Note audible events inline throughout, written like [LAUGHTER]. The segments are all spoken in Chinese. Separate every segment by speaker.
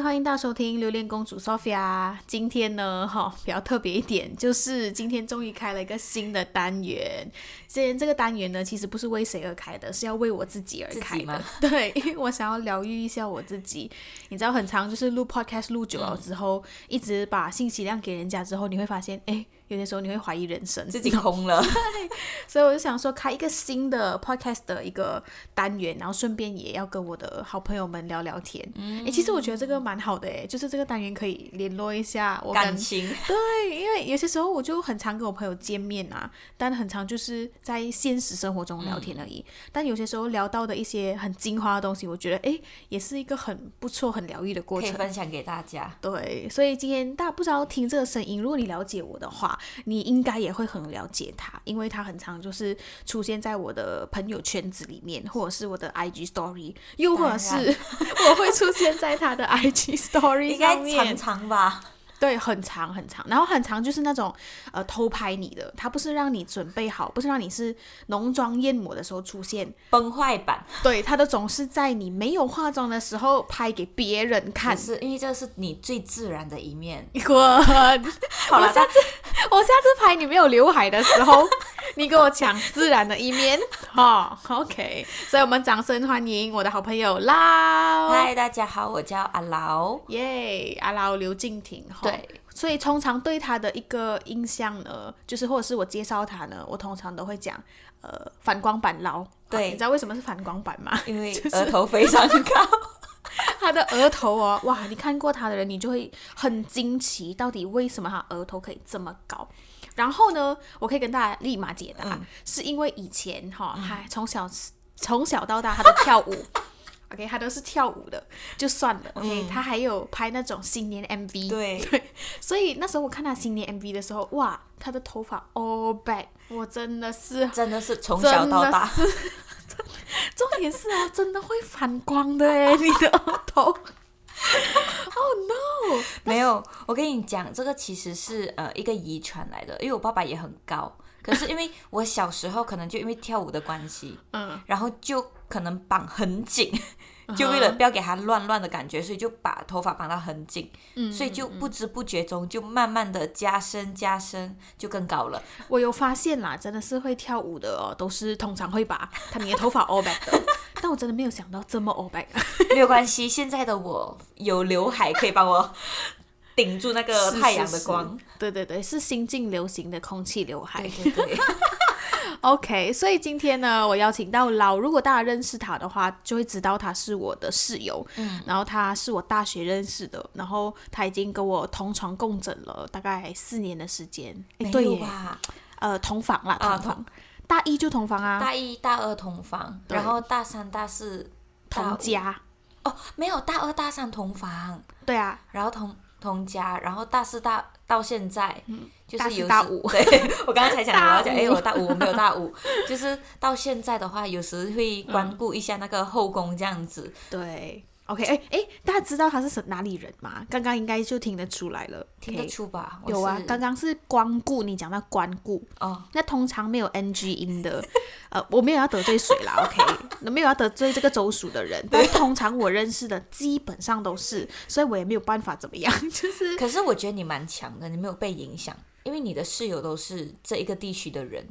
Speaker 1: 欢迎大家收听《榴莲公主 Sophia》。今天呢，哈、比较特别一点，就是今天终于开了一个新的单元。之前这个单元呢，其实不是为谁而开的，是要为我自己而开
Speaker 2: 自己
Speaker 1: 的
Speaker 2: 吗。
Speaker 1: [LAUGHS] 对，因为我想要疗愈一下我自己。你知道，很长就是录 podcast 录久了之后，一直把信息量给人家之后，你会发现，哎，有些时候你会怀疑人生，
Speaker 2: 自己空了，
Speaker 1: 所以我就想说开一个新的 podcast 的一个单元，然后顺便也要跟我的好朋友们聊聊天。嗯，哎、其实我觉得这个蛮好的、诶，就是这个单元可以联络一下 [LAUGHS] 我
Speaker 2: 感
Speaker 1: 跟。
Speaker 2: 情
Speaker 1: 对，因为有些时候我就很常跟我朋友见面啊，但很常就是在现实生活中聊天而已。
Speaker 2: 嗯
Speaker 1: 但有些时候聊到的一些很精华的东西，我觉得诶，也是一个很不错、很疗愈的过
Speaker 2: 可以
Speaker 1: 程。
Speaker 2: 分享给大家。
Speaker 1: 对，所以今天大家不知道听这个声音，如果你了解我的话，你应该也会很了解他，因为他很常就是出现在我的朋友圈子里面，或者是我的 IG Story，又或者是 [LAUGHS]
Speaker 2: 当
Speaker 1: 我会出现在他的 IG
Speaker 2: 应
Speaker 1: Story 上
Speaker 2: 该
Speaker 1: 面
Speaker 2: 常。常吧，
Speaker 1: 对，很长很长，然后很长就是那种呃偷拍你的，他不是让你准备好，不是让你是浓妆艳抹的时候出现，
Speaker 2: 崩坏版，
Speaker 1: 对，他都总是在你没有化妆的时候拍给别人看
Speaker 2: [LAUGHS] 可。是因为这是你最自然的一面。
Speaker 1: 滚！
Speaker 2: 好了，但
Speaker 1: [LAUGHS] 我下次拍你没有刘海的时
Speaker 2: [LAUGHS]
Speaker 1: 候，你给我讲自然的一面，哈、o k 所以我们掌声欢迎我的好朋友啦，
Speaker 2: 嗨，大家好，我叫阿劳，
Speaker 1: 耶，阿劳刘静婷，哈
Speaker 2: 对，
Speaker 1: 所以通常对他的一个印象呢，就是或者是我介绍他呢，我通常都会讲，呃，反光板捞，啊
Speaker 2: 对
Speaker 1: 你知道为什么是反光板吗？
Speaker 2: 因为额头非常高， [LAUGHS]
Speaker 1: 他的额头哦，哇！你看过他的人，你就会很惊奇，到底为什么他额头可以这么高？然后呢，我可以跟大家立马解答，是因为以前哈、还从小从小到大他都跳舞 [LAUGHS] ，OK，他都是跳舞的，就算了，OK，、他还有拍那种新年 MV，
Speaker 2: 对，
Speaker 1: 所以那时候我看他新年 MV 的时候，哇，他的头发 all back，我真的是
Speaker 2: 真的是从小到大，
Speaker 1: 重点是啊，真的会反光的哎， [LAUGHS] 你的额头，Oh no！
Speaker 2: 没有，我跟你讲，这个其实是呃一个遗传来的，因为我爸爸也很高，可是因为我小时候可能就因为跳舞的关系，
Speaker 1: 嗯，
Speaker 2: 然后就可能绑很紧， [LAUGHS] 就
Speaker 1: 嗯
Speaker 2: 为了不要给他乱乱的感觉，所以就把头发绑到很紧，
Speaker 1: 嗯
Speaker 2: 所以就不知不觉中就慢慢的加深加深，就更高了。
Speaker 1: 我有发现啦，真的是会跳舞的哦，都是通常会把 [LAUGHS] 他你的头发 all back 的， [LAUGHS] 但我真的没有想到这么 all back， [LAUGHS]
Speaker 2: 没有关系，现在的我有刘海可以帮我 [LAUGHS] 顶住那个太阳的光。
Speaker 1: 是是是哎对对对，是新近流行的空气刘海。[LAUGHS]
Speaker 2: 对对对，
Speaker 1: OK，所以今天呢，我邀请到老，如果大家认识他的话，就会知道他是我的室友，嗯，然后他是我大学认识的，然后他已经跟我同床共枕了大概四年的时间，诶对
Speaker 2: 没有
Speaker 1: 耶，
Speaker 2: 吧？
Speaker 1: 呃，同房啦，同
Speaker 2: 啊
Speaker 1: 房，大一就同房啊，
Speaker 2: 大一、大二同房，
Speaker 1: 对
Speaker 2: 然后大三、大四大
Speaker 1: 同
Speaker 2: 五
Speaker 1: 家，
Speaker 2: 哦，没有大二、大三同房，
Speaker 1: 对啊，
Speaker 2: 然后同同家，然后大四大到现在，
Speaker 1: 嗯
Speaker 2: 就
Speaker 1: 大
Speaker 2: 是
Speaker 1: 四
Speaker 2: 有
Speaker 1: 大
Speaker 2: 时
Speaker 1: 五
Speaker 2: 对 [LAUGHS] 我刚刚才讲我要
Speaker 1: 大
Speaker 2: 讲，
Speaker 1: 五
Speaker 2: 哎，我大五，我没有大五， [LAUGHS] 就是到现在的话，有时会
Speaker 1: 嗯
Speaker 2: 光顾一下那个后宫这样子，
Speaker 1: 对，OK，哎哎，大家知道他是什哪里人吗？刚刚应该就听得出来了，
Speaker 2: 听得
Speaker 1: OK。
Speaker 2: 出吧？我
Speaker 1: 有啊，
Speaker 2: 是
Speaker 1: 刚刚是光顾，你讲到光顾，
Speaker 2: 哦，
Speaker 1: 那通常没有 NG 音的， [LAUGHS] 呃，我没有要得罪谁啦，OK，那没有要得罪这个州属的人，但通常我认识的基本上都是，所以我也没有办法怎么样， [LAUGHS] 就是
Speaker 2: 可是我觉得你蛮强的，你没有被影响，因为你的室友都是这一个地区的人，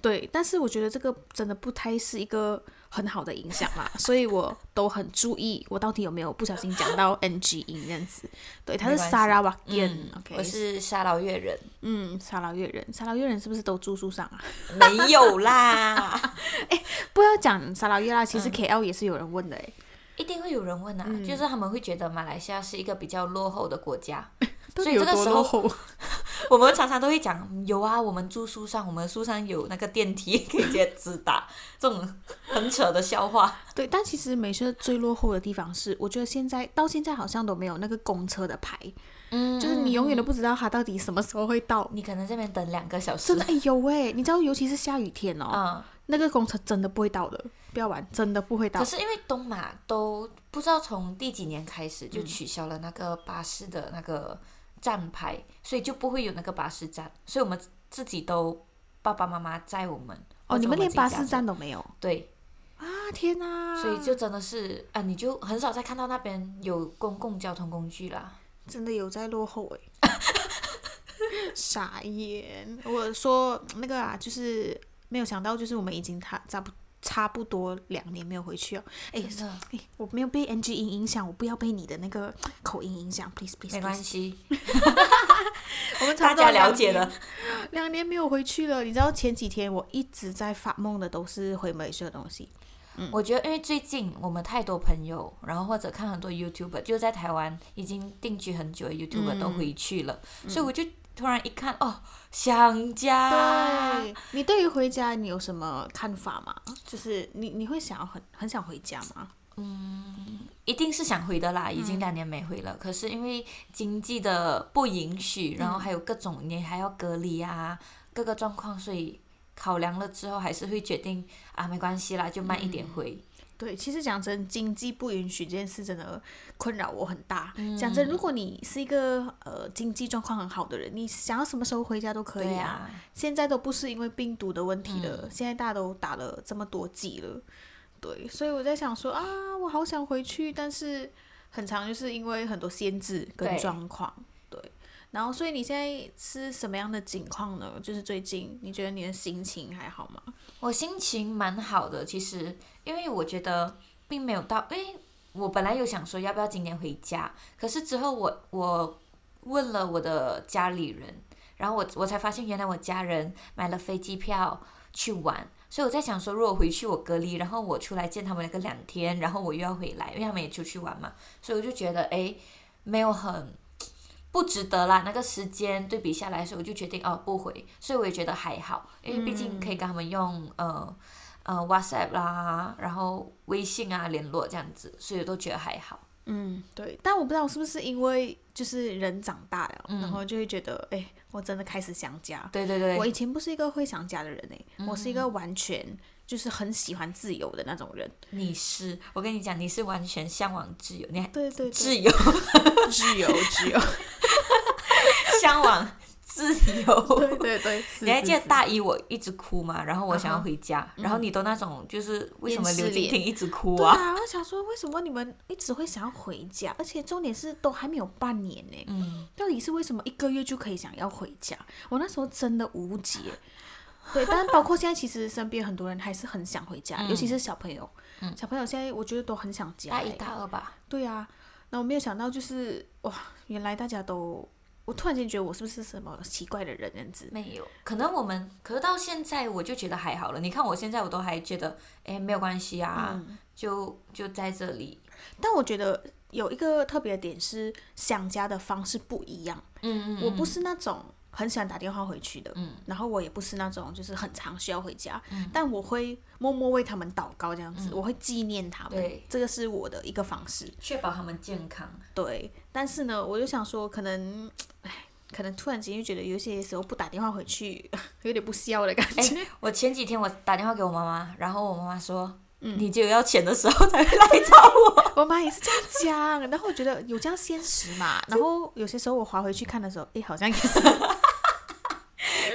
Speaker 1: 对，但是我觉得这个真的不太是一个很好的影响啦， [LAUGHS] 所以我都很注意我到底有没有不小心讲到 NG 音这样子，对，他是
Speaker 2: 没关系
Speaker 1: 萨拉瓦 a k
Speaker 2: 嗯
Speaker 1: o k
Speaker 2: 我是沙劳越人，
Speaker 1: 嗯，沙拉越人，沙拉越人是不是都住宿上啊？ [LAUGHS]
Speaker 2: 没有啦，
Speaker 1: 不要讲沙拉越啦，其实 KL 也是有人问的欸诶。
Speaker 2: 一定会有人问啊，
Speaker 1: 嗯
Speaker 2: 就是他们会觉得马来西亚是一个比较落后的国家， [LAUGHS]
Speaker 1: 到
Speaker 2: 所
Speaker 1: 底
Speaker 2: 以
Speaker 1: 有
Speaker 2: 这个
Speaker 1: 多
Speaker 2: 时
Speaker 1: 落
Speaker 2: 候
Speaker 1: 后
Speaker 2: 我们常常都会讲，有啊，我们住树上，我们树上有那个电梯可以直接直达，这种很扯的笑话。
Speaker 1: [LAUGHS] 对，但其实美社最落后的地方是，我觉得现在到现在好像都没有那个公车的牌，
Speaker 2: 嗯
Speaker 1: 就是你永远都不知道它到底什么时候会到。
Speaker 2: 你可能这边等两个小时
Speaker 1: 真的。哎有哎，你知道，尤其是下雨天哦，
Speaker 2: 嗯，
Speaker 1: 那个公车真的不会到的，不要玩，真的不会到
Speaker 2: 可。是因为东马都不知道从第几年开始就取消了那个巴士的那个站牌，所以就不会有那个巴士站，所以我们自己都爸爸妈妈载我们。
Speaker 1: 哦，你
Speaker 2: 或
Speaker 1: 们
Speaker 2: 者
Speaker 1: 连
Speaker 2: 我自己
Speaker 1: 巴
Speaker 2: 驾
Speaker 1: 士
Speaker 2: 车
Speaker 1: 站都没有
Speaker 2: 对，
Speaker 1: 啊？天哪！
Speaker 2: 所以就真的是啊，你就很少再看到那边有公共交通工具啦。
Speaker 1: 真的有在落后 [LAUGHS] 哎、傻眼！我说那个啊，就是没有想到，就是我们已经差差不差不多两年没有回去了。哎、
Speaker 2: 真的
Speaker 1: 哎、我没有被 NG 音影响，我不要被你的那个口音影响，please please,
Speaker 2: 没关
Speaker 1: please。
Speaker 2: 系，
Speaker 1: 我 [LAUGHS] 们差
Speaker 2: 大
Speaker 1: 不多
Speaker 2: 家了
Speaker 1: 两
Speaker 2: 解
Speaker 1: 年
Speaker 2: 了。
Speaker 1: 两年没有回去了，你知道前几天我一直在发梦的都是回美式的东西。
Speaker 2: 我觉得，因为最近我们太多朋友，然后或者看很多 YouTuber，就在台湾已经定居很
Speaker 1: 嗯
Speaker 2: 久的 YouTuber 都回去了，所以我就突然一看，哦，想家。
Speaker 1: 对，你对于回家你有什么看法吗？就是你你会想要很很想回家吗？
Speaker 2: 一定是想回的啦，已
Speaker 1: 嗯
Speaker 2: 经两年没回了。可是因为经济的不允许，然后还有各种你还要隔离啊，各个状况，所以考量了之后，还是会决定啊，没关系啦，就慢一点
Speaker 1: 嗯
Speaker 2: 回。
Speaker 1: 对，其实讲真，经济不允许这件事真的困扰我很大。
Speaker 2: 嗯
Speaker 1: 讲真，如果你是一个呃经济状况很好的人，你想要什么时候回家都可
Speaker 2: 对嗯
Speaker 1: 以
Speaker 2: 呀、
Speaker 1: 啊。现在都不是因为病毒的问题了，现在大家都打了这么多剂了，对，所以我在想说啊，我好想回去，但是很长就是因为很多限制跟
Speaker 2: 对
Speaker 1: 状况，对。然后，所以你现在是什么样的情况呢？就是最近，你觉得你的心情还好吗？
Speaker 2: 我心情蛮好的，其实，因为我觉得并没有到，因为我本来有想说要不要今年回家，可是之后我我问了我的家里人，然后我我才发现原来我家人买了飞机票去玩，所以我在想说，如果回去我隔离，然后我出来见他们那个两天，然后我又要回来，因为他们也出去玩嘛，所以我就觉得诶，没有很。不值得啦，那个时间对比下来，所以我就决定哦不回，所以我也觉得还好，因为毕竟可以跟他们用、呃呃 WhatsApp 啦，然后微信啊联络这样子，所以我都觉得还好。
Speaker 1: 嗯，对，但我不知道是不是因为就是人长大了，然后就会觉得，哎、我真的开始想家。
Speaker 2: 对对
Speaker 1: 我
Speaker 2: 对，
Speaker 1: 以前不是一个会想家的人诶、我是一个完全就是很喜欢自由的那种人。
Speaker 2: 你是我跟你讲，你是完全向往自由，你还
Speaker 1: 对对对，
Speaker 2: 自
Speaker 1: [LAUGHS]
Speaker 2: 由
Speaker 1: 自由自由，
Speaker 2: 向往自由。
Speaker 1: [LAUGHS] [LAUGHS] 对对对，是
Speaker 2: 你还记
Speaker 1: 是
Speaker 2: 得大一我一直哭嘛？然后我想要回家，然后你都那种就是为什么
Speaker 1: 嗯厌世
Speaker 2: 刘静
Speaker 1: 脸
Speaker 2: 婷一直哭
Speaker 1: 对
Speaker 2: 啊？
Speaker 1: 啊，我想说，为什么你们一直会想要回家？而且重点是都还没有半年呢、
Speaker 2: 嗯，
Speaker 1: 到底是为什么一个月就可以想要回家？我那时候真的无
Speaker 2: [LAUGHS]
Speaker 1: 解。对，但包括现在，其实身边很多人还是很想回
Speaker 2: 嗯
Speaker 1: 家，尤其是小朋友。小朋友现在我觉得都很想家、
Speaker 2: 大一
Speaker 1: 欸。
Speaker 2: 嗯大二吧，
Speaker 1: 对啊，那我没有想到，就是哇，原来大家都，我突然间觉得我是不是什么奇怪的人这样子？
Speaker 2: 没有，可能我们，可是到现在我就觉得还好了。你看我现在我都还觉得，哎，没有关系啊，就就在这里。
Speaker 1: 但我觉得有一个特别的点是，想家的方式不一样。
Speaker 2: 嗯
Speaker 1: 我不是那种很喜欢打电话回去的，然后我也不是那种就是很常需要回家，
Speaker 2: 嗯
Speaker 1: 但我会默默为他们祷告这样子，我会纪念他们
Speaker 2: 对，
Speaker 1: 这个是我的一个方式。
Speaker 2: 确保他们健康。
Speaker 1: 对，但是呢，我就想说，可能，唉，可能突然间就觉得有些时候不打电话回去 [LAUGHS] 有点不孝的感觉。
Speaker 2: [LAUGHS] 我前几天我打电话给我妈妈，然后我妈妈说，你只有要钱的时候才会来 [LAUGHS] 找我。
Speaker 1: 我妈也是这样讲，然后我觉得有这样现实嘛，然后有些时候我划回去看的时候，诶，好像也 [LAUGHS] 是。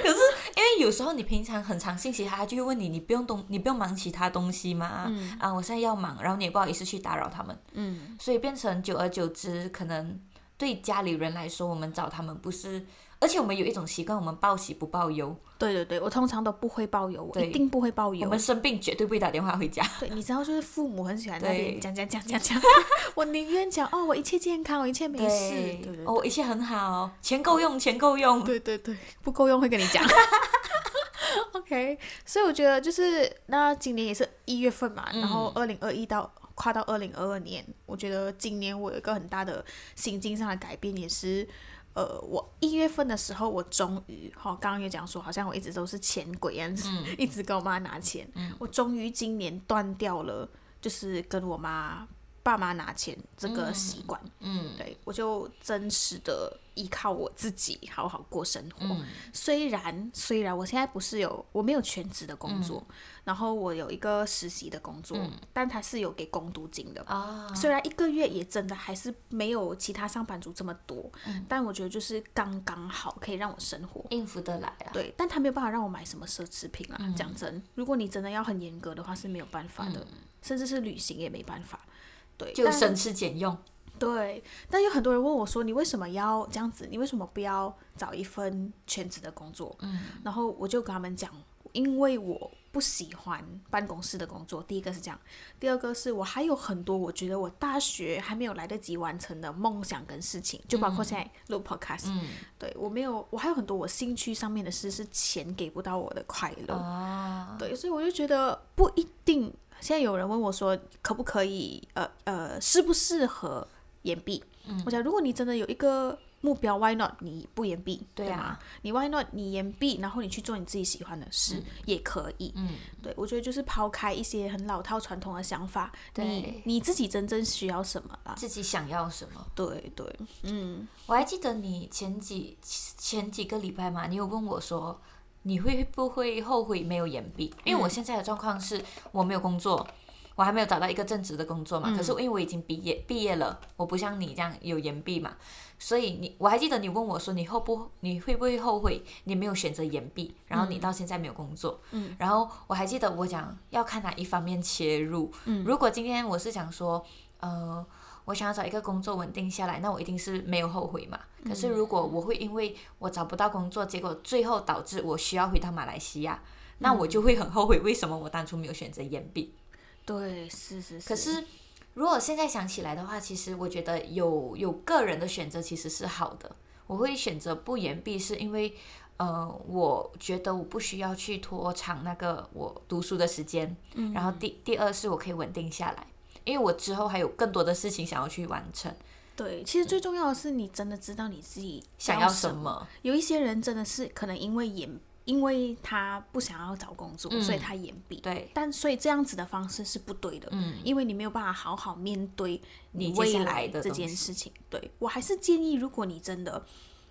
Speaker 2: 可是因为有时候你平常很常信息她，她就会问你，你不用东，你不用忙其他东西吗？啊，我现在要忙，然后你也不好意思去打扰他们，
Speaker 1: 嗯，
Speaker 2: 所以变成久而久之，可能对家里人来说，我们找他们不是。而且我们有一种习惯，我们报喜不报忧。
Speaker 1: 对对对，我通常都不会包邮，我
Speaker 2: 对
Speaker 1: 一定不会包邮。
Speaker 2: 我们生病绝对不会打电话回家。
Speaker 1: 对，你知道，就是父母很喜欢那
Speaker 2: 对
Speaker 1: 边讲讲讲讲讲， [LAUGHS] 我宁愿讲哦，我一切健康，我一切没事，对对
Speaker 2: 哦，一切很好，钱够用，钱够用。
Speaker 1: 对对对，不够用会跟你讲。OK，所以我觉得就是那今年也是一月份嘛，然后二零二一到跨到二零二二年，我觉得今年我有一个很大的心境上的改变，也是呃，我一月份的时候，我终于哈，刚刚有讲说，好像我一直都是钱鬼样子，一直跟我妈拿钱，我终于今年断掉了，就是跟我妈爸妈拿钱这个习惯，
Speaker 2: 嗯，
Speaker 1: 对我就真实的。依靠我自己好好过生活。
Speaker 2: 嗯
Speaker 1: 虽然虽然我现在不是有我没有全职的工作，
Speaker 2: 嗯
Speaker 1: 然后我有一个实习的工作，但它是有给工读金的。
Speaker 2: 啊，
Speaker 1: 虽然一个月也真的还是没有其他上班族这么多，
Speaker 2: 嗯
Speaker 1: 但我觉得就是刚刚好可以让我生活。
Speaker 2: 应付得来啊啦。
Speaker 1: 对，但他没有办法让我买什么奢侈品啊。讲真，如果你真的要很严格的话是没有办法的，甚至是旅行也没办法。对，
Speaker 2: 就
Speaker 1: 但
Speaker 2: 省吃俭用，
Speaker 1: 对，但有很多人问我说：“你为什么要这样子？你为什么不要找一份全职的工作？”嗯，然后我就跟他们讲，因为我不喜欢办公室的工作。第一个是这样，第二个是我还有很多我觉得我大学还没有来得及完成的梦想跟事情，就包括现在录 podcast，、
Speaker 2: 嗯
Speaker 1: 对我没有，我还有很多我兴趣上面的事是钱给不到我的快乐。
Speaker 2: 啊，
Speaker 1: 对，所以我就觉得不一定。现在有人问我说，可不可以，呃呃，适不适合岩壁？
Speaker 2: 嗯
Speaker 1: 我想，如果你真的有一个目标，Why not？你不岩壁，
Speaker 2: 对
Speaker 1: 吗
Speaker 2: 啊
Speaker 1: 你 Why not？你岩壁，然后你去做你自己喜欢的事、也可以。
Speaker 2: 嗯，
Speaker 1: 对，我觉得就是抛开一些很老套传统的想法，你
Speaker 2: 对
Speaker 1: 你自己真正需要什么啦？
Speaker 2: 自己想要什么？
Speaker 1: 对对，嗯，
Speaker 2: 我还记得你前几前几个礼拜嘛，你有问我说，你会不会后悔没有延毕？因为我现在的状况是我没有工作，我还没有找到一个正职的工作嘛。可是因为我已经毕业毕业了，我不像你这样有延毕嘛，所以你我还记得你问我说，你后不你会不会后悔你没有选择延毕，然后你到现在没有工作？嗯，然后我还记得我讲要看哪一方面切入。嗯，如果今天我是想说，呃。我想要找一个工作稳定下来，那我一定是没有后悔嘛。可是如果我会因为我找不到工作，结果最后导致我需要回到马来西亚，那我就会很后悔，为什么我当初没有选择延毕？
Speaker 1: 对，是是是。
Speaker 2: 可是如果现在想起来的话，其实我觉得有有个人的选择其实是好的。我会选择不延毕，是因为呃，我觉得我不需要去拖长那个我读书的时间。嗯、然后第第二是我可以稳定下来，因为我之后还有更多的事情想要去完成，
Speaker 1: 对，其实最重要的是你真的知道你自己
Speaker 2: 想
Speaker 1: 要
Speaker 2: 要
Speaker 1: 什
Speaker 2: 什
Speaker 1: 么。
Speaker 2: 么？
Speaker 1: 有一些人真的是可能因为演，因为他不想要找工作，所以他掩蔽。
Speaker 2: 嗯对，
Speaker 1: 但所以这样子的方式是不对的，
Speaker 2: 嗯，
Speaker 1: 因为你没有办法好好面对
Speaker 2: 你接
Speaker 1: 未
Speaker 2: 下
Speaker 1: 来
Speaker 2: 来的
Speaker 1: 这
Speaker 2: 东
Speaker 1: 件
Speaker 2: 西
Speaker 1: 事情。对我还是建议，如果你真的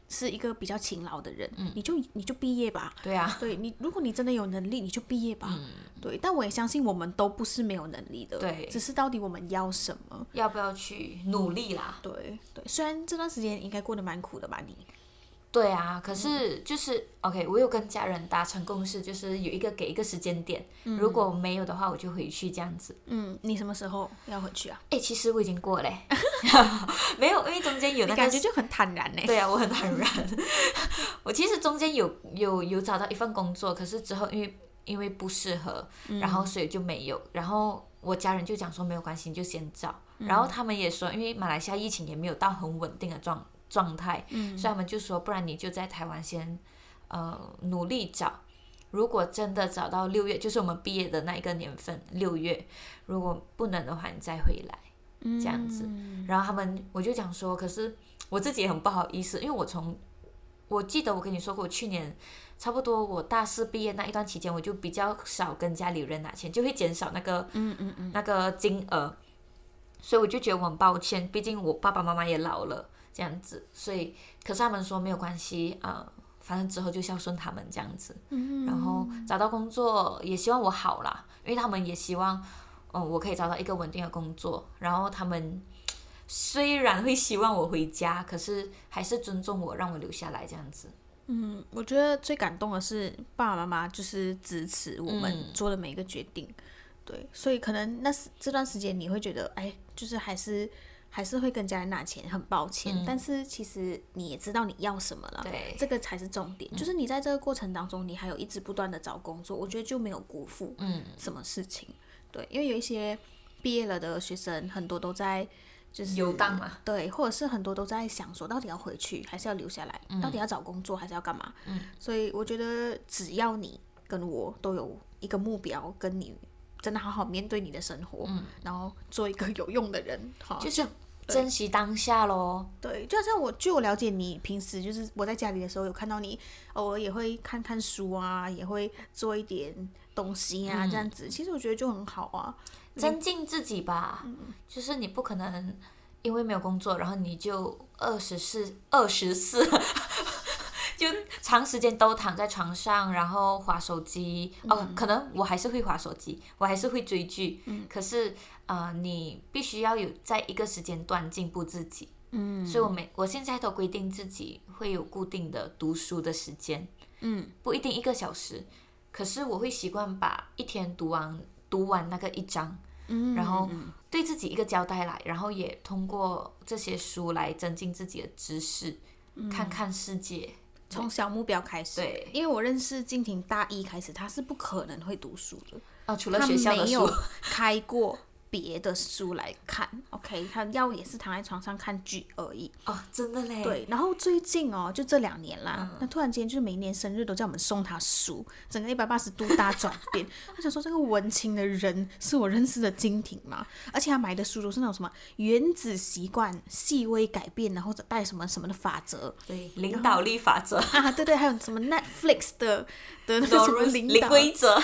Speaker 1: 是一个比较勤劳的人，
Speaker 2: 嗯
Speaker 1: 你就你就毕业吧。
Speaker 2: 对啊，
Speaker 1: 对你，如果你真的有能力，你就毕业吧。对，但我也相信我们都不是没有能力的，
Speaker 2: 嗯对
Speaker 1: 只是到底我们要什么。
Speaker 2: 要不要去努力啦？
Speaker 1: 对对，虽然这段时间应该过得蛮苦的吧，你
Speaker 2: 对啊，可是就是、OK，我有跟家人达成共识，就是有一个给一个时间点，如果没有的话，我就回去这样子。
Speaker 1: 嗯，你什么时候要回去啊？
Speaker 2: 哎、其实我已经过 [LAUGHS] 嘞，没有，因为中间有
Speaker 1: 你
Speaker 2: 那个
Speaker 1: 感觉就很坦然欸呢、
Speaker 2: 对啊，我很坦然。 [LAUGHS] 我其实中间有有有找到一份工作，可是之后因为因为不适合，然后所以就没有。然后我家人就讲说没有关系，你就先找。然后他们也说，因为马来西亚疫情也没有到很稳定的状状态，所以他们就说，不然你就在台湾先呃努力找。如果真的找到六月，就是我们毕业的那一个年份，六月，如果不能的话，你再回来。
Speaker 1: 嗯
Speaker 2: 这样子。然后他们我就讲说，可是我自己也很不好意思，因为我从我记得我跟你说过，去年差不多我大四毕业那一段期间，我就比较少跟家里人拿钱，就会减少那个嗯嗯嗯那个金额，所以我就觉得我很抱歉，毕竟我爸爸妈妈也老了这样子，所以可是他们说没有关系啊。呃反正之后就孝顺他们这样子，然后找到工作也希望我好啦，因为他们也希望嗯，我可以找到一个稳定的工作。然后他们虽然会希望我回家，可是还是尊重我，让我留下来这样子。
Speaker 1: 嗯，我觉得最感动的是爸爸妈妈就是支持我们
Speaker 2: 嗯
Speaker 1: 做的每一个决定，对，所以可能那是这段时间你会觉得，哎，就是还是还是会跟家人拿钱，很抱歉，但是其实你也知道你要什么了，
Speaker 2: 嗯对嗯
Speaker 1: 这个才是重点，就是你在这个过程当中，你还有一直不断的找工作，我觉得就没有辜负
Speaker 2: 嗯，
Speaker 1: 什么事情，对，因为有一些毕业了的学生，很多都在就是
Speaker 2: 游荡嘛，
Speaker 1: 对，或者是很多都在想说，到底要回去还是要留下来，
Speaker 2: 嗯
Speaker 1: 到底要找工作还是要干嘛？嗯，所以我觉得只要你跟我都有一个目标，跟你真的好好面对你的生活，嗯、然后做一个有用的人，哈，
Speaker 2: 就是珍惜当下咯。
Speaker 1: 对，就好像我据我了解，你平时就是我在家里的时候有看到你，偶尔也会看看书啊，也会做一点东西啊，这样子，其实我觉得就很好啊。
Speaker 2: 增进自己吧，就是你不可能因为没有工作，然后你就二十四二十四， [LAUGHS] 就长时间都躺在床上，然后划手机。哦，
Speaker 1: 嗯
Speaker 2: 可能我还是会划手机，我还是会追剧。嗯、可是呃，你必须要有在一个时间段进步自己。
Speaker 1: 嗯，
Speaker 2: 所以我每我现在都规定自己会有固定的读书的时间，
Speaker 1: 嗯，
Speaker 2: 不一定一个小时，可是我会习惯把一天读完读完那个一章，
Speaker 1: 嗯，
Speaker 2: 然后对自己一个交代来，然后也通过这些书来增进自己的知识，
Speaker 1: 嗯
Speaker 2: 看看世界。
Speaker 1: 从小目标开始，
Speaker 2: 对，
Speaker 1: 因为我认识静婷大一开始，她是不可能会读书的，
Speaker 2: 啊，除了
Speaker 1: 她
Speaker 2: 学校的
Speaker 1: 没有
Speaker 2: 书，
Speaker 1: [LAUGHS] 开过别的书来看，OK，她要也是躺在床上看剧而已。
Speaker 2: 哦，真的嘞，
Speaker 1: 对，然后最近哦，就这两年啦，那突然间就是每一年生日都叫我们送她书，整个一百八十度大转变。 [LAUGHS] 我想说，这个文青的人是我认识的精品嘛？而且她买的书都是那种什么原子习惯、细微改变，然后带什么什么的法则 [LAUGHS]
Speaker 2: 对，领导力法则，
Speaker 1: 啊，对对，还有什么 Netflix 的的那个什么
Speaker 2: Norris
Speaker 1: 领
Speaker 2: 零
Speaker 1: 导，
Speaker 2: 规则，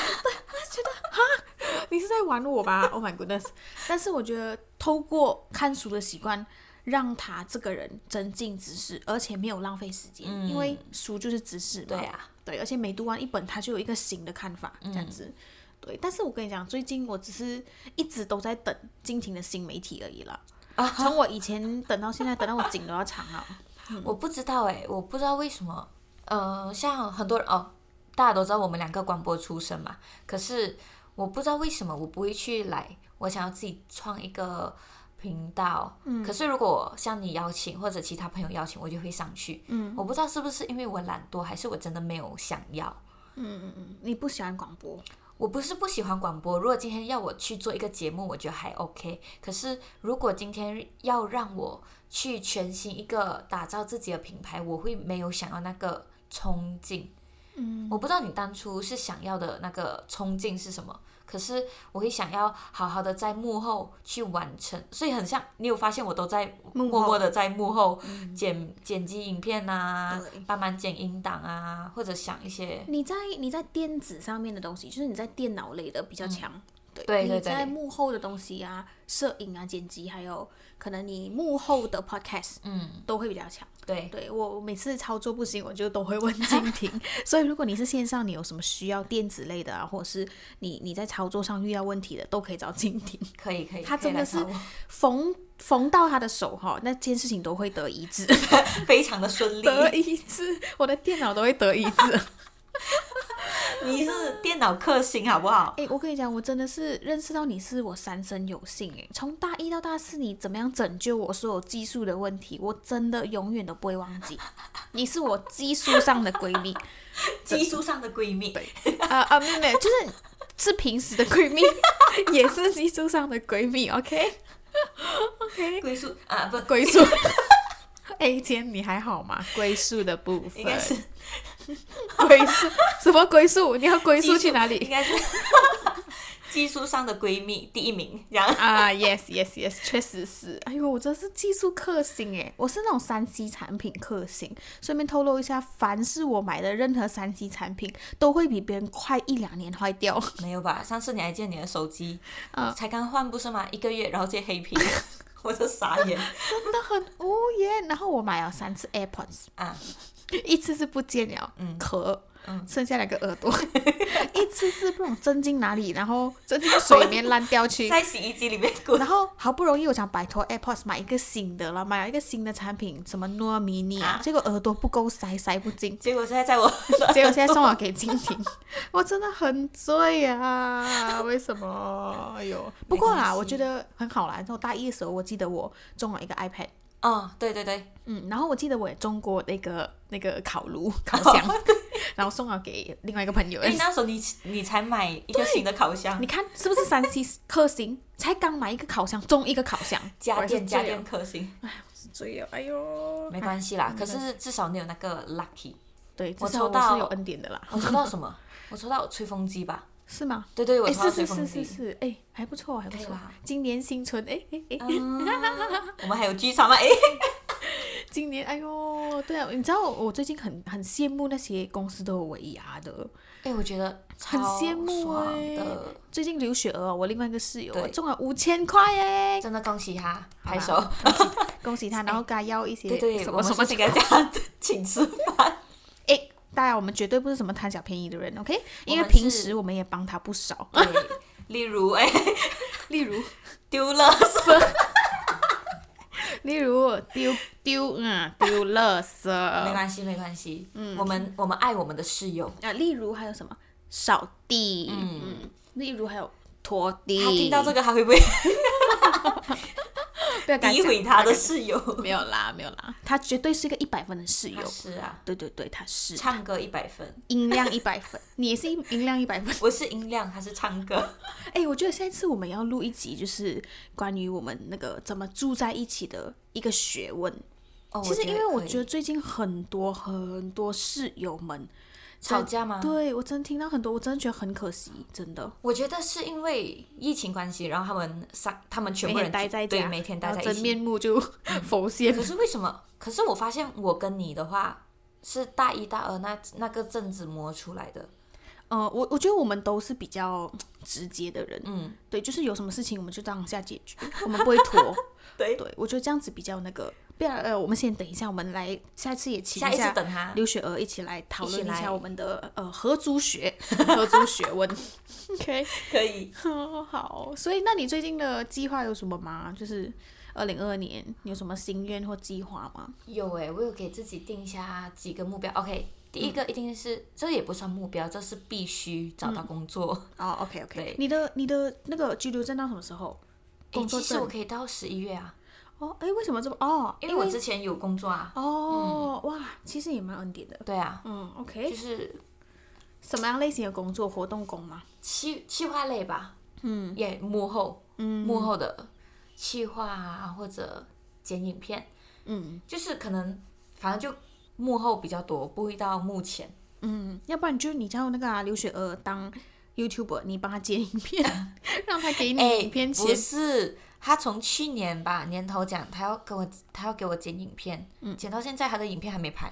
Speaker 1: 你是在玩我吧？Oh my goodness！但是我觉得透过看书的习惯，让他这个人增进知识，而且没有浪费时间，因为书就是知识嘛。
Speaker 2: 嗯对啊，
Speaker 1: 对，而且每读完一本，他就有一个新的看法，这样
Speaker 2: 嗯
Speaker 1: 子。对，但是我跟你讲，最近我只是一直都在等金婷的新媒体而已啦。
Speaker 2: 啊
Speaker 1: 从我以前等到现在，等到我颈都要长了。
Speaker 2: 我不知道哎、我不知道为什么，呃，像很多人哦，大家都知道我们两个广播出身嘛，可是我不知道为什么我不会去来，我想要自己创一个频道，嗯，可是如果像你邀请或者其他朋友邀请，我就会上去，嗯，我不知道是不是因为我懒惰，还是我真的没有想要。
Speaker 1: 你不喜欢广播？
Speaker 2: 我不是不喜欢广播，如果今天要我去做一个节目，我觉得还 OK。可是如果今天要让我去全新一个打造自己的品牌，我会没有想要那个冲劲。嗯，我不知道你当初是想要的那个冲劲是什么，可是我会想要好好的在幕后去完成，所以很像你有发现我都在
Speaker 1: 幕
Speaker 2: 默
Speaker 1: 后嗯
Speaker 2: 默的在幕后剪剪辑影片啊
Speaker 1: 对，
Speaker 2: 帮忙剪音档啊，或者想一些
Speaker 1: 你在你在电子上面的东西，就是你在电脑类的比较强。对
Speaker 2: 对对
Speaker 1: 你在
Speaker 2: 对
Speaker 1: 幕后的东西啊，摄影啊、剪辑，还有可能你幕后的 podcast
Speaker 2: 嗯，
Speaker 1: 都会比较强。
Speaker 2: 对。
Speaker 1: 对我我每次操作不行，我就都会问静婷。所以如果你是线上，你有什么需要电子类的啊，或者是你你在操作上遇到问题的，都可以找静婷。 [LAUGHS]
Speaker 2: 可以可以，
Speaker 1: 他
Speaker 2: 可以
Speaker 1: 真的
Speaker 2: 来
Speaker 1: 是
Speaker 2: 找我
Speaker 1: 缝缝到他的手哈，那件事情都会得一致。
Speaker 2: [LAUGHS] 非常的顺利。
Speaker 1: 得一致， [LAUGHS] 我的电脑都会得一致。
Speaker 2: 你是电脑克星好不好？
Speaker 1: 哎、我跟你讲，我真的是认识到你是我三生有幸哎！从大一到大四，你怎么样拯救我所有技术的问题，我真的永远都不会忘记。你是我技术上的闺蜜，
Speaker 2: 技术上的闺蜜，
Speaker 1: 啊啊，没有没有，就是是平时的闺蜜，也是技术上的闺蜜，OK OK，
Speaker 2: 归宿啊不，
Speaker 1: [LAUGHS] 归宿。哎，今天你还好吗？归宿的部分，
Speaker 2: 应该是
Speaker 1: 归宿，什么归宿？你要归
Speaker 2: 技
Speaker 1: 宿
Speaker 2: 术
Speaker 1: 去哪
Speaker 2: 应
Speaker 1: 里？
Speaker 2: 该是 [LAUGHS] 技术上的闺蜜第一名，这样。
Speaker 1: [LAUGHS] 啊、y e s yes yes，确实是。哎呦，我真是技术克星哎，我是那种三 C 产品克星。顺便透露一下，凡是我买的任何三 C 产品，都会比别人快一两年坏掉。
Speaker 2: 没有吧？上次你还借你的手机，
Speaker 1: 啊
Speaker 2: 才刚换不是吗？一个月，然后借
Speaker 1: [LAUGHS]
Speaker 2: 黑屏，我就傻眼
Speaker 1: 真的 [LAUGHS] 很无言。哦然后我买了三次 AirPods，
Speaker 2: 啊！
Speaker 1: 一次是不见了壳，剩下两个 [LAUGHS] 耳朵，一次是不懂针进哪里，然后针 [LAUGHS] 进水里面烂掉去。
Speaker 2: 在洗衣机里面 [LAUGHS] 滚。
Speaker 1: 然，后好不容易我想摆脱 AirPods，买一个新的了，买了一个新的产品，什么 Nua Mini 啊，结果耳朵不够塞，塞不进
Speaker 2: [LAUGHS] 结果现在在我，
Speaker 1: 结果现在送我给静婷， [LAUGHS] 我真的很醉啊！为什么？哎呦，不过
Speaker 2: 没关
Speaker 1: 啦，
Speaker 2: 系
Speaker 1: 我觉得很好啦。然后大一的时候，我记得我中了一个 iPad，
Speaker 2: [LAUGHS]
Speaker 1: [LAUGHS]
Speaker 2: 哦，对对对，
Speaker 1: 嗯，然后我记得我也中过那个那个烤
Speaker 2: 哦
Speaker 1: 炉烤箱， [LAUGHS] 然后送了给另外一个朋友。
Speaker 2: 因为那时候你你才买一个新的烤箱
Speaker 1: 你，看是不是三 C 克星？才刚买一个烤箱，中一个烤箱，
Speaker 2: 家电家
Speaker 1: 家电
Speaker 2: 电克星，
Speaker 1: 醉了，哎呦，
Speaker 2: 没关
Speaker 1: 嗯
Speaker 2: 系啦。可是至少你有那个 lucky。
Speaker 1: 对，
Speaker 2: 我
Speaker 1: 至少
Speaker 2: 抽
Speaker 1: 我是
Speaker 2: 到
Speaker 1: 有恩典的啦，
Speaker 2: 我抽到什 [LAUGHS] 么？我抽到吹风机吧？
Speaker 1: 是吗？
Speaker 2: 对对，我
Speaker 1: 哎，
Speaker 2: 抽到
Speaker 1: 是
Speaker 2: 吹
Speaker 1: 是
Speaker 2: 风
Speaker 1: 是
Speaker 2: 机。
Speaker 1: 是是，哎，还不错，还不
Speaker 2: 可以
Speaker 1: 错
Speaker 2: 吧，嗯 [LAUGHS]
Speaker 1: 今年新春，哎哎哎，
Speaker 2: 嗯我们还有剧场吗？哎，
Speaker 1: 今年，哎呦，对啊，你知道我最近很很羡慕那些公司都有尾牙的，
Speaker 2: 哎，我觉得
Speaker 1: 很
Speaker 2: 超
Speaker 1: 羡慕
Speaker 2: 爽
Speaker 1: 欸
Speaker 2: 的，
Speaker 1: 最近刘雪儿，我另外一个室友
Speaker 2: 对
Speaker 1: 中了五千块耶，
Speaker 2: 真的恭喜他，
Speaker 1: 好
Speaker 2: 拍
Speaker 1: 啦
Speaker 2: 手。
Speaker 1: 恭喜他，然后跟他要一些
Speaker 2: 哎对对，
Speaker 1: 什
Speaker 2: 我
Speaker 1: 么
Speaker 2: 们
Speaker 1: 什
Speaker 2: 是
Speaker 1: 么
Speaker 2: 不是应该这样请吃饭？
Speaker 1: 哎，当然我们绝对不是什么贪小便宜的人，OK？因为
Speaker 2: 们
Speaker 1: 平
Speaker 2: 是
Speaker 1: 时我们也帮他不少，
Speaker 2: 对，例如 [LAUGHS] 哎，
Speaker 1: 例如
Speaker 2: 丢了什么？
Speaker 1: [LAUGHS] 例如丢丢嗯丢垃圾，
Speaker 2: 没
Speaker 1: 啊，
Speaker 2: 关系，没关系。嗯，我们我们爱我们的室友，
Speaker 1: 例如还有什么扫地，
Speaker 2: 嗯
Speaker 1: 嗯，例如还有拖地，
Speaker 2: 他听到这个还会不会 [LAUGHS]
Speaker 1: 不要跟他
Speaker 2: 诋
Speaker 1: 讲
Speaker 2: 毁他的室友？
Speaker 1: 没有啦，没有啦，他绝对是一个一百分的室
Speaker 2: 他
Speaker 1: 友。
Speaker 2: [LAUGHS] 是啊，
Speaker 1: 对对对，他是
Speaker 2: 唱歌一百分，
Speaker 1: 音量一百分，你也是音音量一百分。 [LAUGHS]
Speaker 2: 我是音量，他是唱歌。
Speaker 1: 哎、我觉得下一次我们要录一集，就是关于我们那个怎么住在一起的一个学问。
Speaker 2: 哦，
Speaker 1: 其实因为我觉
Speaker 2: 得
Speaker 1: 得最近很多很多室友们，
Speaker 2: 吵架吗？
Speaker 1: 对我真的听到很多，我真的觉得很可惜，真的。
Speaker 2: 我觉得是因为疫情关系，然后他们三，他们全
Speaker 1: 每
Speaker 2: 部人
Speaker 1: 天待在家，
Speaker 2: 对每天待
Speaker 1: 然后
Speaker 2: 在一
Speaker 1: 真
Speaker 2: 起。
Speaker 1: 面目
Speaker 2: [LAUGHS]
Speaker 1: 就 [LAUGHS] 浮现
Speaker 2: 可。是为什么？可是我发现我跟你的话是大一大二那那个阵子磨出来的。
Speaker 1: 呃，我我觉得我们都是比较直接的人，
Speaker 2: 嗯，
Speaker 1: 对，就是有什么事情我们就当下解决，我们不会拖。
Speaker 2: [LAUGHS] 对。
Speaker 1: 对，我觉得这样子比较那个。不要呃，我们先等一下，我们来下一次也请
Speaker 2: 下一次
Speaker 1: 下
Speaker 2: 等他。
Speaker 1: 刘雪儿一起来讨论
Speaker 2: 一起
Speaker 1: 一
Speaker 2: 来
Speaker 1: 下我们的呃合租学 [LAUGHS] 合租学
Speaker 2: [LAUGHS]
Speaker 1: 问。OK，
Speaker 2: 可以。
Speaker 1: [LAUGHS] 好，所以那你最近的计划有什么吗？就是二零二二年你有什么心愿或计划吗？
Speaker 2: 有诶、我有给自己定下几个目标。OK，第一个
Speaker 1: 嗯
Speaker 2: 一定是，这也不算目标，这是必须找到工作。
Speaker 1: 哦，OK，OK、o k
Speaker 2: 对
Speaker 1: OK，你的你的那个居留证到什么时候？
Speaker 2: 诶
Speaker 1: 工作
Speaker 2: 其实我
Speaker 1: 证
Speaker 2: 可以到十一月啊，
Speaker 1: 哦，哎，为什么这么哦？
Speaker 2: 因为我之前有工作啊。
Speaker 1: 哦、哇，其实也蛮恩典的。
Speaker 2: 对啊，
Speaker 1: 嗯
Speaker 2: 就
Speaker 1: ，OK，
Speaker 2: 是
Speaker 1: 什么样类型的工作？活动工吗？
Speaker 2: 企企划类吧，嗯，也幕后，嗯，幕后的企划啊，或者剪影片，
Speaker 1: 嗯
Speaker 2: 就是可能反正就幕后比较多，不会到幕前。
Speaker 1: 嗯，要不然就你叫那个、啊、刘雪儿当 YouTuber，你帮她剪影片， [LAUGHS] 哎让她给你影片
Speaker 2: 哎不
Speaker 1: 钱。
Speaker 2: 是，他从去年吧年头讲，他要给我他要给我剪影片，
Speaker 1: 嗯
Speaker 2: 剪到现在他的影片还没拍，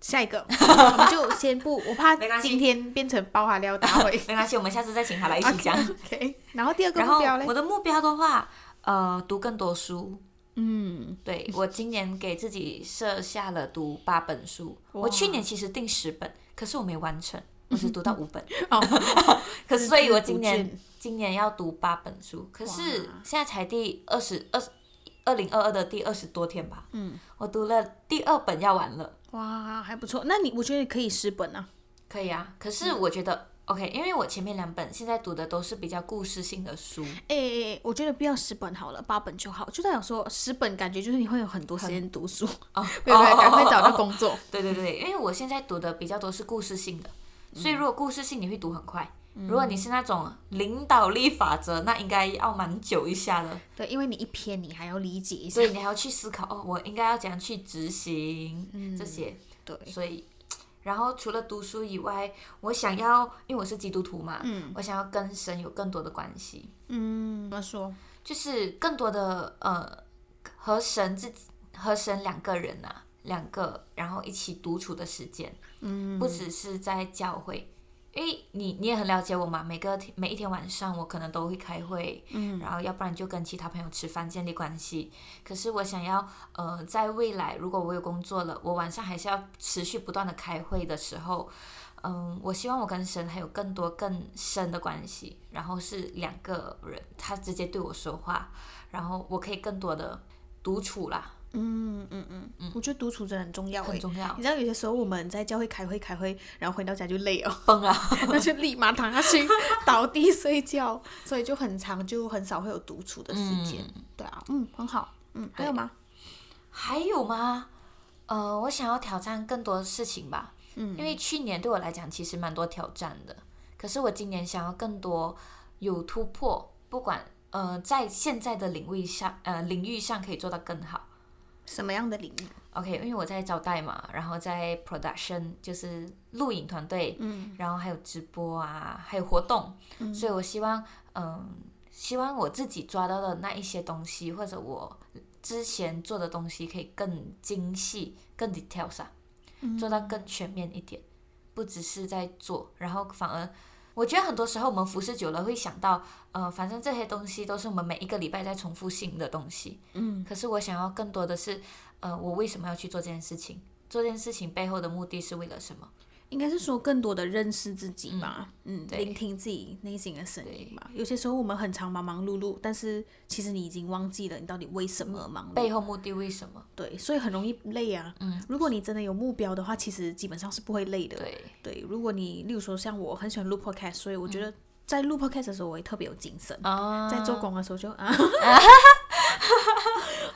Speaker 1: 下一个，我们就先不，我怕
Speaker 2: 没关系
Speaker 1: 今天变成包含料大 [LAUGHS] 会。
Speaker 2: 没关系，我们下次再请
Speaker 1: [LAUGHS]
Speaker 2: 他来一起讲。
Speaker 1: OK，然后第啊二个
Speaker 2: 然
Speaker 1: 目
Speaker 2: 后
Speaker 1: 标嘞
Speaker 2: 我，的目标的话，呃，读更多书。
Speaker 1: 嗯，
Speaker 2: 对我今年给自己设下了读八本书，我去年其实定十本，可是我没完成，我只读到五本。
Speaker 1: 哦，
Speaker 2: 可是所以我今
Speaker 1: 字
Speaker 2: 年
Speaker 1: 不见
Speaker 2: 今年要读八本书，可是
Speaker 1: 哇
Speaker 2: 现在才第二十二二零二二的第二十多天吧，嗯，我读了第二本要完了，
Speaker 1: 哇，还不错。那你我觉得你可以十本啊，
Speaker 2: 可以啊。可是我觉得、OK，因为我前面两本现在读的都是比较故事性的书，
Speaker 1: 诶，哎我觉得不要十本好了，八本就好。就代表说十本，感觉就是你会有很多时间读书，
Speaker 2: 哦，
Speaker 1: 对不对？赶快找到
Speaker 2: 哦。
Speaker 1: 工作。
Speaker 2: 对对对，因为我现在读的比较多是故事性的，所以如果故事性你会读很快。如果你是那种领导力法则，那应该要蛮久一下的，
Speaker 1: 对，因为你一篇你还要理解一下
Speaker 2: 所。以你还要去思考哦，我应该要怎样去执行、这些。
Speaker 1: 对，
Speaker 2: 所以，然后除了读书以外，我想要，因为我是基督徒嘛，我想要跟神有更多的关系，
Speaker 1: 嗯，怎么说？
Speaker 2: 就是更多的呃和神自己和神两个人呐、两个然后一起独处的时间，嗯，不只是在教会。因为你你也很了解我嘛，每个天每一天晚上我可能都会开会，嗯，然后要不然就跟其他朋友吃饭建立关系。可是我想要，呃，在未来如果我有工作了，我晚上还是要持续不断的开会的时候，嗯，我希望我跟神还有更多更深的关系，然后是两个人，他直接对我说话，然后我可以更多的独处啦，
Speaker 1: 嗯嗯嗯，我觉得独处真的很重要
Speaker 2: 很
Speaker 1: 诶。
Speaker 2: 重要
Speaker 1: 你，知道有些时候我们在教会开会开会，然后回到家就累哦， [LAUGHS]
Speaker 2: 崩啊！
Speaker 1: 那就立马躺下去倒地睡觉，所以就很长就很少会有独处的时间。对啊，嗯，很好，嗯，还有吗？
Speaker 2: 还有吗？呃，我想要挑战更多的事情吧，嗯，因为去年对我来讲其实蛮多挑战的，可是我今年想要更多有突破，不管呃在现在的领域上，呃领域上可以做到更好。
Speaker 1: 什么样的领域？
Speaker 2: OK，因为我在招待嘛，然后在 production 就是录影团队，嗯，然后还有直播啊，还有活动，所以我希望，嗯，希望我自己抓到的那一些东西，或者我之前做的东西可以更精细、更 details 啊，做到更全面一点，不只是在做，然后反而。我觉得很多时候我们服侍久了会想到，呃，反正这些东西都是我们每一个礼拜在重复性的东西。嗯。可是我想要更多的是，呃，我为什么要去做这件事情？做这件事情背后的目的是为了什么？
Speaker 1: 应该是说更多的认识自己吧，嗯，
Speaker 2: 对
Speaker 1: 聆听自己内心的声音吧。有些时候我们很常忙忙碌碌，但是其实你已经忘记了你到底为什么而忙碌，
Speaker 2: 背后目的为什么？
Speaker 1: 对，所以很容易累啊。嗯，如果你真的有目标的话，其实基本上是不会累的。
Speaker 2: 对，
Speaker 1: 对，如果你例如说像我很喜欢录 podcast，所以我觉得在录 podcast 的时候我会特别有精神，
Speaker 2: 啊、
Speaker 1: 在做工的时候就啊。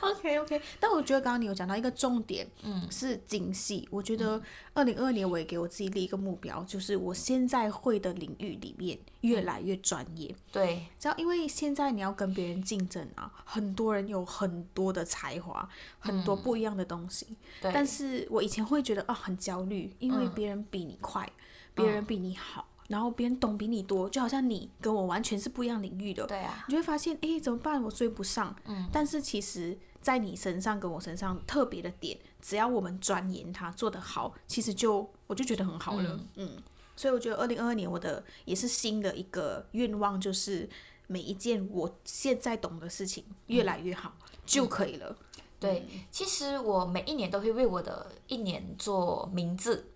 Speaker 1: OK OK，但我觉得刚刚你有讲到一个重点，嗯，是精细。我觉得二零二二年我也给我自己立一个目标，就是我现在会的领域里面越来越专业。
Speaker 2: 对，
Speaker 1: 知道，因为现在你要跟别人竞争啊，很多人有很多的才华，很多不一样的东西。
Speaker 2: 对
Speaker 1: 但是我以前会觉得啊很焦虑，因为别人比你快，别人比你好，然后别人懂比你多，就好像你跟我完全是不一样领域的。
Speaker 2: 对啊，
Speaker 1: 你就会发现，诶，怎么办？我追不上。嗯，但是其实，在你身上跟我身上特别的点，只要我们钻研它做得好，其实就我就觉得很好了。嗯所以我觉得二零二二年我的也是新的一个愿望，就是每一件我现在懂的事
Speaker 2: 嗯
Speaker 1: 情越来越好、就可以了。
Speaker 2: 对。
Speaker 1: 嗯
Speaker 2: 其实我每一年都会为我的一年做名字，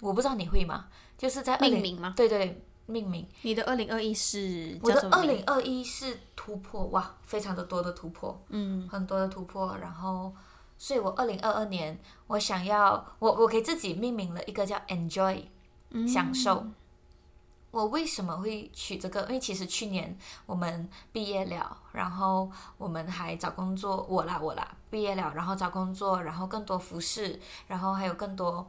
Speaker 2: 我不知道你会吗？就是在
Speaker 1: 命
Speaker 2: 20
Speaker 1: 名吗？
Speaker 2: 对对，命名。
Speaker 1: 你的二零二一是
Speaker 2: 我
Speaker 1: 叫
Speaker 2: 的
Speaker 1: 什么
Speaker 2: 二
Speaker 1: 名？
Speaker 2: 零二一是突破哇，非常的多的突破，嗯，很多的突破。然后，所以我二零二二年，我想要我我给自己命名了一个叫 enjoy，、享
Speaker 1: 嗯
Speaker 2: 受。我为什么会取这个？因为其实去年我们毕业了，然后我们还找工作，我啦我啦，毕业了，然后找工作，然后更多服饰，然后还有更多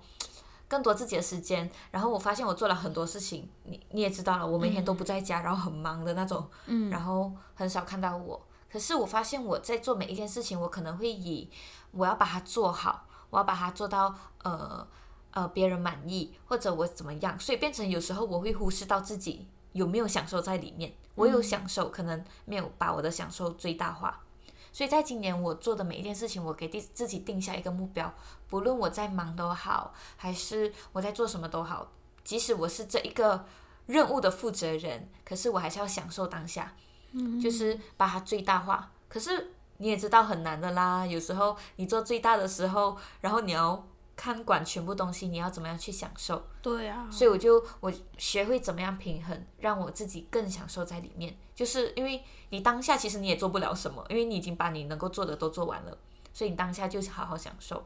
Speaker 2: 更多自己的时间。然后我发现我做了很多事情，你你也知道了，我每天都不在家，然后很忙的那种，嗯，然后很少看到我。可是我发现我在做每一件事情，我可能会以我要把它做好，我要把它做到呃呃别人满意，或者我怎么样，所以变成有时候我会忽视到自己有没有享受在里面。我有享受，可能没有把我的享受最大化。所以在今年我做的每一件事情，我给定自己定下一个目标，不论我在忙都好，还是我在做什么都好，即使我是这一个任务的负责人，可是我还是要享受当下，嗯，就是把它最大化。可是你也知道很难的啦，有时候你做最大的时候，然后你要看管全部东西，你要怎么样去享受？
Speaker 1: 对啊，
Speaker 2: 所以我就我学会怎么样平衡，让我自己更享受在里面。就是因为你当下其实你也做不了什么，因为你已经把你能够做的都做完了，所以你当下就是好好享受。
Speaker 1: 嗯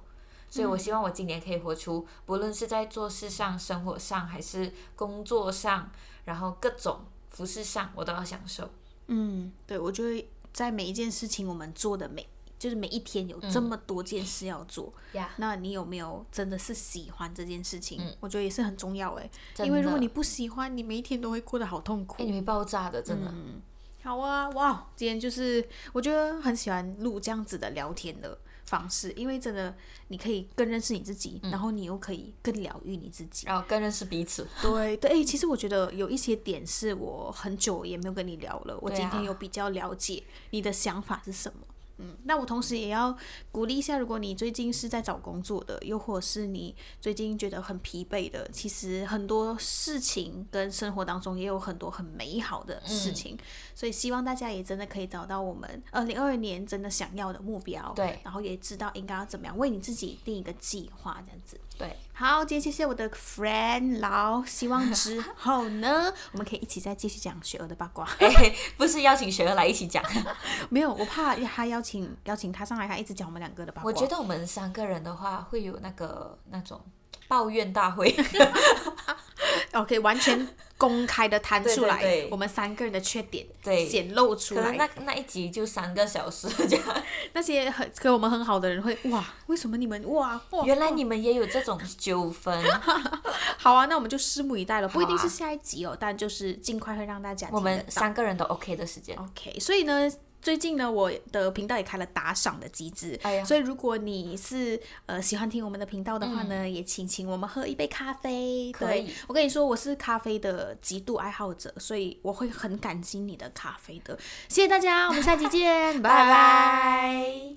Speaker 2: 所以我希望我今年可以活出，不论是在做事上、生活上，还是工作上，然后各种服饰上，我都要享受。
Speaker 1: 嗯，对，我觉得在每一件事情我们做的每就是每一天有这么多件事要做，
Speaker 2: 嗯呀嗯
Speaker 1: 那你有没有真的是喜欢这件事情？我觉得也是很重要哎，因
Speaker 2: 真
Speaker 1: 为
Speaker 2: 的
Speaker 1: 如果你不喜欢，你每一天都会过得好痛
Speaker 2: 哎，
Speaker 1: 苦。嗯
Speaker 2: 你会爆炸的，真的。
Speaker 1: 好啊，哇，今天就是我觉得很喜欢录这样子的聊天的方式，因为真的你可以更认识你自己，
Speaker 2: 嗯
Speaker 1: 然后你又可以更疗愈你自己。
Speaker 2: 然后更认识
Speaker 1: [LAUGHS]
Speaker 2: 彼此。
Speaker 1: 对对，诶其实我觉得有一些点是我很久也没有跟你聊了，我
Speaker 2: 对啊
Speaker 1: 今天有比较了解你的想法是什么。嗯，那我同时也要鼓励一下，如果你最近是在找工作的，又或是你最近觉得很疲惫的，其实很多事情跟生活当中也有很多很美好的
Speaker 2: 嗯
Speaker 1: 事情，所以希望大家也真的可以找到我们二零二二年真的想要的目标，
Speaker 2: 对
Speaker 1: 然后也知道应该要怎么样为你自己定一个计划，这样子。
Speaker 2: 对， [LAUGHS]
Speaker 1: 好，今天谢谢我的 friend 老，希望之后呢，我们可以一起再继续讲雪儿的八卦。
Speaker 2: 哎，不是邀请雪儿来一起讲。
Speaker 1: [LAUGHS] 没有，我怕他邀请邀请他上来，他一直讲我们两个的八卦。
Speaker 2: 我觉得我们三个人的话，会有那个那种抱怨大
Speaker 1: [LAUGHS]
Speaker 2: 会。
Speaker 1: 得 OK，完全公开的摊出来
Speaker 2: [LAUGHS] 对对对
Speaker 1: 我们三个人的缺点，
Speaker 2: 对
Speaker 1: 显露出
Speaker 2: 可能
Speaker 1: 来。
Speaker 2: 那那一集就三个小时
Speaker 1: [LAUGHS]
Speaker 2: 这样。
Speaker 1: 那些很跟我们很好的人会哇，为什么你们哇哇？
Speaker 2: 原来你们也有这种纠
Speaker 1: [LAUGHS]
Speaker 2: 纷，
Speaker 1: 好啊，那我们就拭目以待了，不一定
Speaker 2: 好啊
Speaker 1: 是下一集哦，但就是尽快会让大家听
Speaker 2: 我们
Speaker 1: 得到
Speaker 2: 三个人都 OK 的时间。
Speaker 1: OK，所以呢，最近呢，我的频道也开了打赏的机制，
Speaker 2: 哎呀
Speaker 1: 所以如果你是呃喜欢听我们的频道的话呢，也请请我们喝一杯咖啡。
Speaker 2: 嗯可
Speaker 1: 对
Speaker 2: 以，
Speaker 1: 我跟你说，我是咖啡的极度爱好者，所以我
Speaker 2: [LAUGHS]
Speaker 1: 会很感激你的咖啡的。谢谢大家，我们下期见，拜
Speaker 2: 拜拜。